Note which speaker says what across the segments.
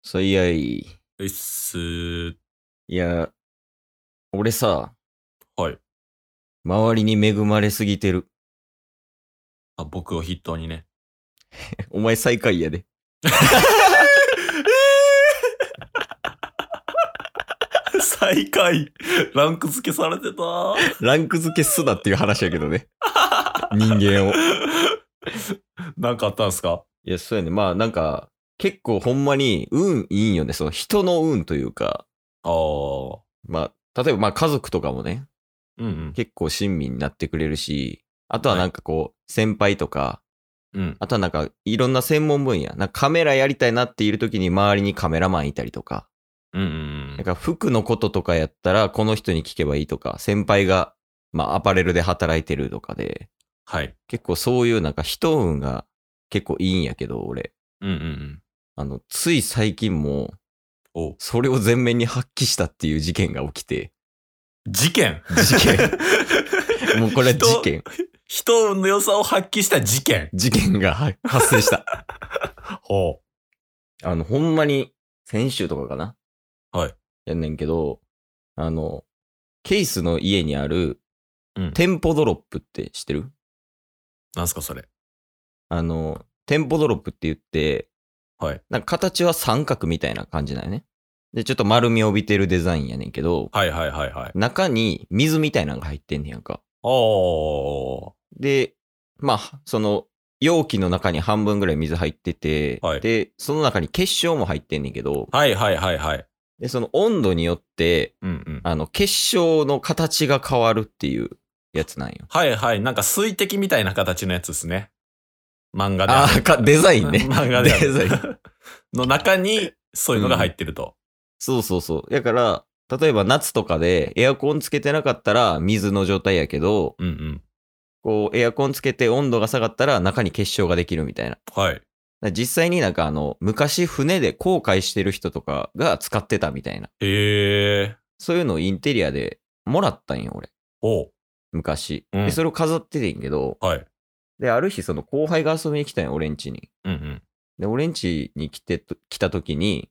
Speaker 1: そういやい。
Speaker 2: うっすー。
Speaker 1: いや、俺さ、
Speaker 2: はい。
Speaker 1: 周りに恵まれすぎてる。
Speaker 2: あ、僕を筆頭にね。
Speaker 1: お前最下位やで。
Speaker 2: 最下位。ランク付けされてた。
Speaker 1: ランク付けすなっていう話やけど ね。人間を。
Speaker 2: なんかあったんすか
Speaker 1: いや、そうやね。まあなんか、結構ほんまに運いいんよね。その人の運というか、
Speaker 2: ああ。
Speaker 1: まあ、例えばまあ家族とかもね、
Speaker 2: うんうん。
Speaker 1: 結構親身になってくれるし、あとはなんかこう、先輩とか、
Speaker 2: うん。
Speaker 1: あとはなんかいろんな専門分野。なんかカメラやりたいなっている時に周りにカメラマンいたりとか、
Speaker 2: うんう
Speaker 1: なん
Speaker 2: ん。
Speaker 1: か服のこととかやったらこの人に聞けばいいとか、先輩が、まあ、アパレルで働いてるとかで、
Speaker 2: はい。
Speaker 1: 結構そういうなんか人運が結構いいんやけど、俺。
Speaker 2: うんうんうん。
Speaker 1: あの、つい最近も、
Speaker 2: お
Speaker 1: それを全面に発揮したっていう事件が起きて。
Speaker 2: 事 件
Speaker 1: 事件もうこれは事。件。
Speaker 2: 人人の良さを発揮した事件。
Speaker 1: 事件がはい発生した。
Speaker 2: ほ
Speaker 1: あの、ほんまに、先週とかかな
Speaker 2: はい。
Speaker 1: やんねんけど、あの、ケイスの家にある、
Speaker 2: うん
Speaker 1: 店舗ドロップって知ってる
Speaker 2: う。なんすかそれ。
Speaker 1: あの、店舗ドロップって言って、
Speaker 2: はい。
Speaker 1: なんか形は三角みたいな感じだよね。で、ちょっと丸みを帯びてるデザインやねんけど、
Speaker 2: はいはいはいはい。
Speaker 1: 中に水みたいなのが入ってんねやんか。
Speaker 2: おー。
Speaker 1: で、まあ、その、容器の中に半分ぐらい水入ってて、
Speaker 2: はい
Speaker 1: で、その中に結晶も入ってんねんけど、
Speaker 2: はいはいはいはい。
Speaker 1: で、その温度によって、
Speaker 2: うんうん。
Speaker 1: あの、結晶の形が変わるっていうやつなんよ。
Speaker 2: はいはい。なんか水滴みたいな形のやつですね。漫画で
Speaker 1: あ
Speaker 2: る
Speaker 1: あ、かデザインね。
Speaker 2: 漫画であ
Speaker 1: デ
Speaker 2: る
Speaker 1: ザイン。
Speaker 2: の中に、そういうのが入ってると。
Speaker 1: そうそうそう。だから、例えば夏とかでエアコンつけてなかったら水の状態やけど、
Speaker 2: うんうん。
Speaker 1: こうエアコンつけて温度が下がったら中に結晶ができるみたいな。だか
Speaker 2: はい。
Speaker 1: ら実際になんかあの、昔船で航海してる人とかが使ってたみたいな。
Speaker 2: へえ。
Speaker 1: そういうのをインテリアでもらったんよ、俺。
Speaker 2: おう
Speaker 1: 昔。
Speaker 2: うん
Speaker 1: で、それを飾っててんけど、
Speaker 2: はい。
Speaker 1: で、ある日その後輩が遊びに来たんよ、俺ん家に。
Speaker 2: うんうん。
Speaker 1: で、俺ん家に来てと、来た時に、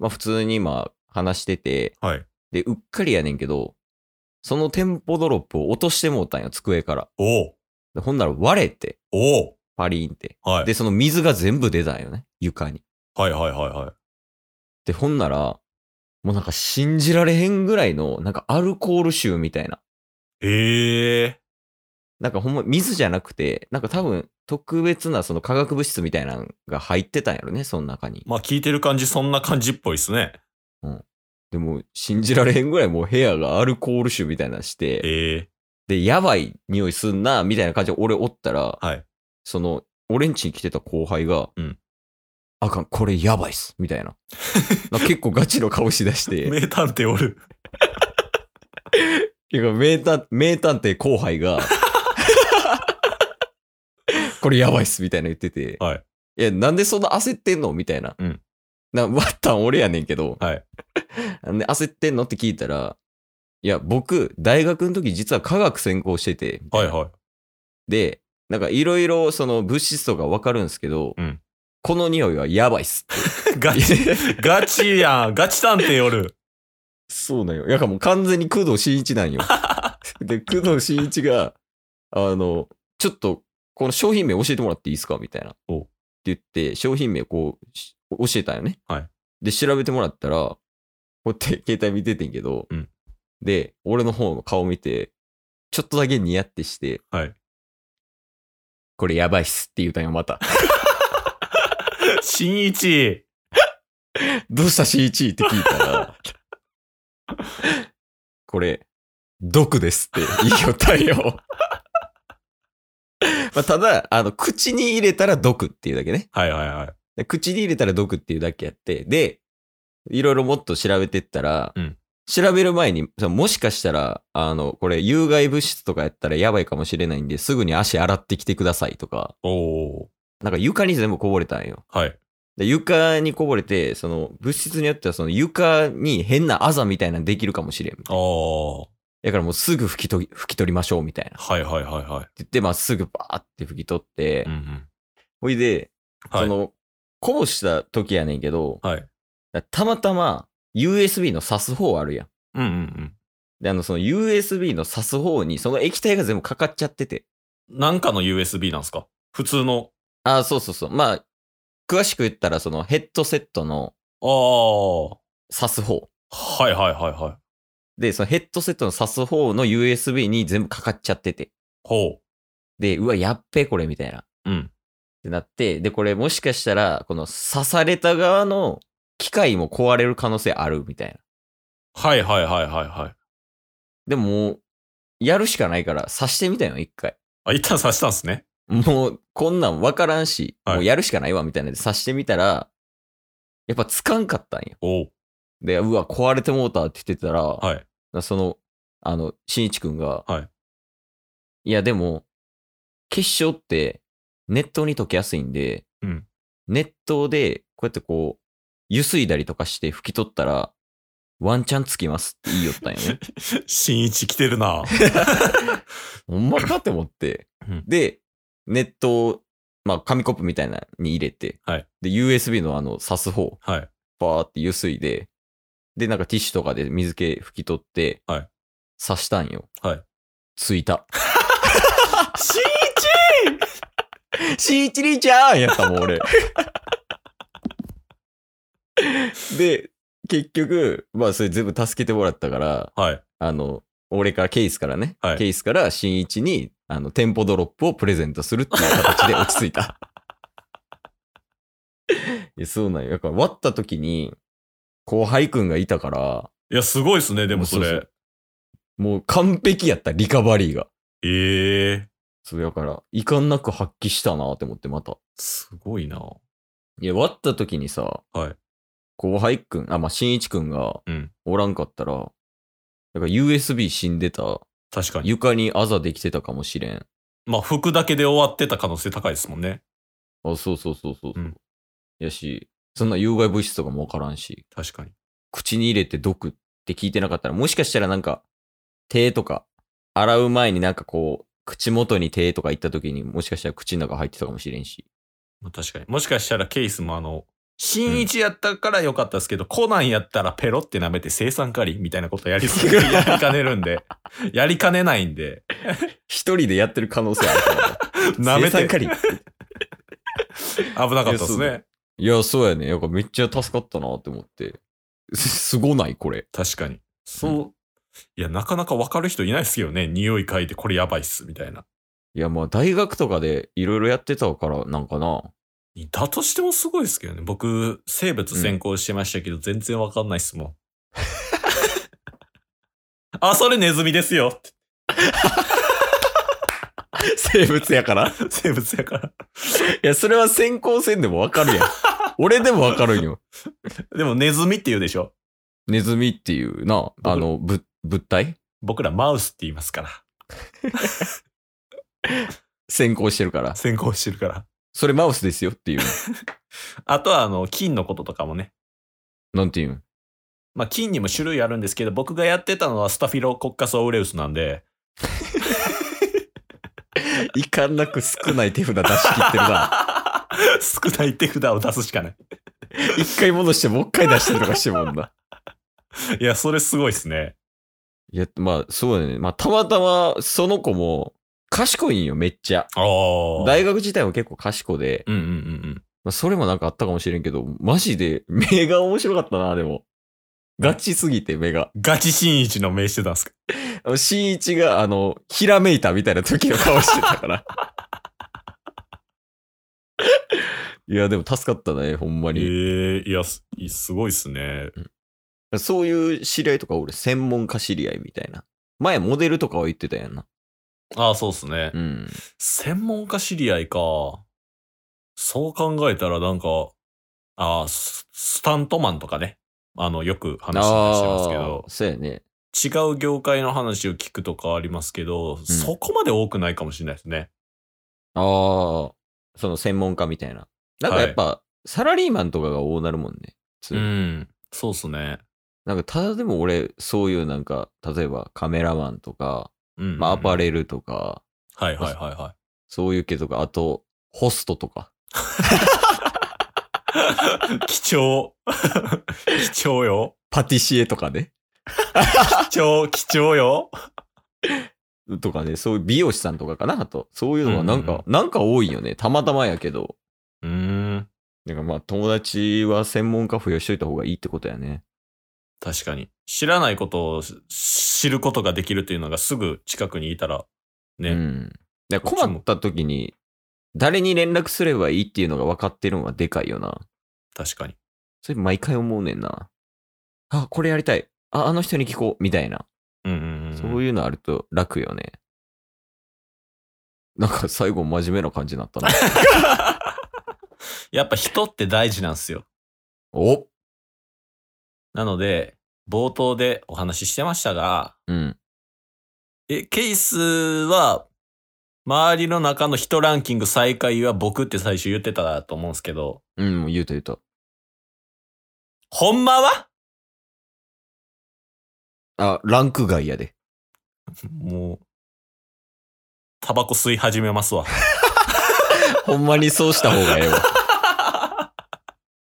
Speaker 1: まあ普通にまあ話してて、
Speaker 2: はい。
Speaker 1: で、うっかりやねんけど、そのテンポドロップを落としてもうたんよ、机から。
Speaker 2: おう
Speaker 1: でほんなら割れて、
Speaker 2: おう
Speaker 1: パリーンって。
Speaker 2: はい。
Speaker 1: で、その水が全部出たんよね、床に。
Speaker 2: はいはいはいは
Speaker 1: で、ほんなら、もうなんか信じられへんぐらいの、なんかアルコール臭みたいな。
Speaker 2: い。へえ。
Speaker 1: なんかほんま水じゃなくて、なんか多分特別なその化学物質みたいなのが入ってたんやろね、その中に。
Speaker 2: まあ聞いてる感じ、そんな感じっぽいっすね。
Speaker 1: でも信じられへんぐらいもう部屋がアルコール臭みたいなのして、
Speaker 2: へえ。
Speaker 1: で、やばい匂いすんな、みたいな感じで俺おったら、
Speaker 2: はい。
Speaker 1: その、俺ん家に来てた後輩が、
Speaker 2: うん
Speaker 1: あかん、これやばいっす、みたい な。なんか結構ガチの顔しだして、
Speaker 2: 名探偵おる。
Speaker 1: 結構名探名探偵後輩 が、これやばいっす、みたいな言ってて、
Speaker 2: はい。
Speaker 1: いや、なんでそんな焦ってんのみたいな。
Speaker 2: うん
Speaker 1: な、ワッタン俺やねんけど、
Speaker 2: はい。
Speaker 1: なんで焦ってんのって聞いたら、いや、僕、大学の時実は科学専攻してて、みた
Speaker 2: はいい
Speaker 1: な
Speaker 2: はい。
Speaker 1: で、なんかいろいろその物質とかわかるんですけど、
Speaker 2: うん
Speaker 1: この匂いはやばいっす。
Speaker 2: ガチ、ガチやん。ガチ探偵おる。
Speaker 1: そうなんよ。だからもう完全に工藤新一 なんよ。で、工藤新一が、あの、ちょっとこの商品名教えてもらっていいですかみたいな。
Speaker 2: お
Speaker 1: って言って、商品名こうし教えたんよね。
Speaker 2: はい
Speaker 1: で、調べてもらったら、こうやって携帯見ててんけど、
Speaker 2: うん
Speaker 1: で、俺の方の顔見て、ちょっとだけニヤってして、
Speaker 2: はい
Speaker 1: これやばいっすって言うたんよ、また。
Speaker 2: 新一。
Speaker 1: どうした C1 って聞いたら、これ、毒ですって言いよったんよ。まあ、ただ、あの、口に入れたら毒っていうだけね。
Speaker 2: はいはいはい。
Speaker 1: で口に入れたら毒っていうだけやって、で、いろいろもっと調べてったら、
Speaker 2: うん
Speaker 1: 調べる前に、そのもしかしたら、あの、これ、有害物質とかやったらやばいかもしれないんで、すぐに足洗ってきてくださいとか、
Speaker 2: おお。
Speaker 1: なんか床に全部こぼれたんよ。
Speaker 2: はい。
Speaker 1: で床にこぼれて、その物質によってはその床に変なあざみたいなのできるかもしれん。
Speaker 2: ああ。は
Speaker 1: だからもうすぐ拭き取り、拭き取りましょうみたいな。って
Speaker 2: いはいはいはい。
Speaker 1: 言って、まあすぐバーって拭き取って
Speaker 2: うんう、ん。
Speaker 1: ほいで、
Speaker 2: はい
Speaker 1: その、こぼした時やねんけど、
Speaker 2: はい。
Speaker 1: だたまたま USB の挿す方あるやん。
Speaker 2: うんうん
Speaker 1: で、あの、その USB の挿す方に、その液体が全部かかっちゃってて。
Speaker 2: うん。なんかの USB なんすか普通の。
Speaker 1: ああ、そうそうそう。まあ、詳しく言ったら、そのヘッドセットの
Speaker 2: ああ。は
Speaker 1: 挿す方。
Speaker 2: いはいはいはい。
Speaker 1: で、そのヘッドセットの挿す方の USB に全部かかっちゃってて。
Speaker 2: ほ
Speaker 1: で、うわ、やっべこれ、みたいな。っ
Speaker 2: う。うん。
Speaker 1: てなって、で、これもしかしたら、この刺された側の機械も壊れる可能性ある、みたいな。
Speaker 2: はいはいはいはいはい。
Speaker 1: でももう、やるしかないから、刺してみたよ、一回。
Speaker 2: あ、一旦刺したんすね。
Speaker 1: もう、こんなんわからんし、
Speaker 2: はい
Speaker 1: もうやるしかないわ、みたいなんで刺してみたら、やっぱつかんかったんよ。
Speaker 2: おう。
Speaker 1: で、うわ、壊れてもうたって言ってたら、
Speaker 2: はい。
Speaker 1: その、あの、しんいちくんが、。
Speaker 2: はい
Speaker 1: や、でも、結晶って、熱湯に溶けやすいんで、
Speaker 2: うん
Speaker 1: 熱湯で、こうやってこう、ゆすいだりとかして拭き取ったら、ワンチャンつきますって言いよったんよ ね。
Speaker 2: 新一来て るな。
Speaker 1: ほんまかって思って
Speaker 2: うん。
Speaker 1: で、ネットを、まあ、紙コップみたいなのに入れて、
Speaker 2: はい
Speaker 1: で、USB のあの、刺す方、
Speaker 2: はい。
Speaker 1: バーってゆすいで、で、なんかティッシュとかで水気拭き取って、
Speaker 2: はい
Speaker 1: 刺したんよ。
Speaker 2: はい
Speaker 1: ついた。
Speaker 2: 新
Speaker 1: しーちりーちゃんやったもん、俺。で、結局、まあ、それ全部助けてもらったから、
Speaker 2: はい。
Speaker 1: あの、俺からケースからね、
Speaker 2: はい
Speaker 1: ケースから新一に、あの、店舗ドロップをプレゼントするっていう形で落ち着い た。いや、そうなんよ。だから割った時に、後輩くんがいたから、
Speaker 2: いや、すごいっすね、でもそれ。
Speaker 1: もうそうそもう完璧やった、リカバリーが。
Speaker 2: ええ
Speaker 1: そうやから、遺憾なく発揮したなって思って、また。
Speaker 2: すごいな。
Speaker 1: いや、割った時にさ、
Speaker 2: はい
Speaker 1: 後輩くん、あ、まあ、新一くんが
Speaker 2: うん。
Speaker 1: おらんかったら、だから USB 死んでた、
Speaker 2: 確かに。
Speaker 1: 床にあざできてたかもしれん。
Speaker 2: まあ、服だけで終わってた可能性高いですもんね。
Speaker 1: あ、そうそうそうそうそう、
Speaker 2: うん
Speaker 1: やし、そんな有害物質とかもわからんし、
Speaker 2: 確かに。
Speaker 1: 口に入れて毒って聞いてなかったら、もしかしたらなんか、手とか、洗う前になんかこう、口元に手とか行った時にもしかしたら口の中入ってたかもしれんし。
Speaker 2: まあ、確かに。もしかしたらケースもあの、新一やったから良かったですけど、コナンやったらペロって舐めて生産カリみたいなことや りすぎやりかねるんで、やりかねないんで、
Speaker 1: 一人でやってる可能性あるから。
Speaker 2: 舐
Speaker 1: 生
Speaker 2: め
Speaker 1: 産
Speaker 2: て
Speaker 1: カリ
Speaker 2: 危なかったです
Speaker 1: いや
Speaker 2: ね。
Speaker 1: いや、そうやね。やっぱめっちゃ助かったなって思って。すすごないこれ。
Speaker 2: 確かに。そう、いや、なかなか分かる人いないですけどね。匂い嗅いでこれやばいっす、みたいな。
Speaker 1: いや、まあ大学とかでいろいろやってたからなんかな。
Speaker 2: だとしてもすごいですけどね。僕、生物専攻してましたけど、全然わかんないっす もん。あ、それネズミですよ。
Speaker 1: 生物やから。
Speaker 2: 生物やか ら。
Speaker 1: いや、それは先行戦でもわかる やん。俺でもわかるんよ。
Speaker 2: でもネズミって言うでしょ。
Speaker 1: ネズミっていうな、あの、ぶ物体
Speaker 2: 僕らマウスって言いますから。
Speaker 1: 先行してるから。
Speaker 2: 専攻してるから。
Speaker 1: それマウスですよっていう。
Speaker 2: あとは、あの、菌のこととかもね。
Speaker 1: なんてい うん。
Speaker 2: まあ、菌にも種類あるんですけど、僕がやってたのはスタフィロコッカスオウレウスなんで、
Speaker 1: いかんなく少ない手札出し切って る な。
Speaker 2: 少ない手札を出すしかない。
Speaker 1: 一回戻してもう一回出したりとかしてもんな。
Speaker 2: いや、それすごいっすね。
Speaker 1: いや、まあそうだね。まあたまたまその子も賢いんよ、めっちゃ。
Speaker 2: ああ
Speaker 1: 大学自体も結構賢で、
Speaker 2: うんうんうんうん。
Speaker 1: まあ、それもなんかあったかもしれんけど、マジで目が面白かったな、でも。ガチすぎて目が。
Speaker 2: ガチ新一の名してたんすか
Speaker 1: あの新一が、あの、ひらめいたみたいな時の顔してたから。 いや、でも助かったね、ほんま
Speaker 2: え
Speaker 1: に。
Speaker 2: ー、いや、すすごいっすね。
Speaker 1: そういう知り合いとか俺、専門家知り合いみたいな。前、モデルとかは言ってたやんな。
Speaker 2: ああ、そうっすね。
Speaker 1: うん。
Speaker 2: 専門家知り合いか。そう考えたらなんか、ああ、ススタントマンとかね。あの、よく話してますけ
Speaker 1: あ
Speaker 2: ど
Speaker 1: あ、、そうやね。
Speaker 2: 違う業界の話を聞くとかありますけど、そこまで多くないかもしれないですね。
Speaker 1: ああ、その専門家みたいな。なんかやっぱ、サラリーマンとかが多なるもんね。普通
Speaker 2: うん。そうっすね。
Speaker 1: なんかただでも俺、そういうなんか、例えばカメラマンとか、
Speaker 2: うん。
Speaker 1: まあアパ
Speaker 2: レ。
Speaker 1: レルとか、
Speaker 2: はいはいはいはい。
Speaker 1: そういう系とか、あと、ホストとか。
Speaker 2: 貴重。 貴重よ。
Speaker 1: パティシエとかね。
Speaker 2: 貴重、貴重よ。
Speaker 1: とかね、そういう美容師さんとかかな、あと。そういうのがなんか、
Speaker 2: うんう
Speaker 1: なんか多いよね。たまたまやけど。
Speaker 2: うーん。
Speaker 1: なんかまあ、友達は専門家付与しといた方がいいってことやね。
Speaker 2: 確かに。知らないことをし知ることができるというのがすぐ近くにいたら、ね。
Speaker 1: うん。で
Speaker 2: こっちも
Speaker 1: 困った時に、誰に連絡すればいいっていうのが分かってるのはでかいよな。
Speaker 2: 確かに。
Speaker 1: それ毎回思うねんな。あ、これやりたい。あ、あの人に聞こう。みたいな。
Speaker 2: うんうんうん。
Speaker 1: そういうのあると楽よね。なんか最後真面目な感じになった な。
Speaker 2: やっぱ人って大事なんですよ。
Speaker 1: お
Speaker 2: なので、冒頭でお話ししてましたが、
Speaker 1: うん。
Speaker 2: え、ケイスは、周りの中の人ランキング最下位は僕って最初言ってたと思うんですけど、
Speaker 1: うん、言うと言うと。
Speaker 2: ほんまは
Speaker 1: あ、ランク外やで。
Speaker 2: もう、タバコ吸い始めますわ。
Speaker 1: ほんまにそうした方がええわ。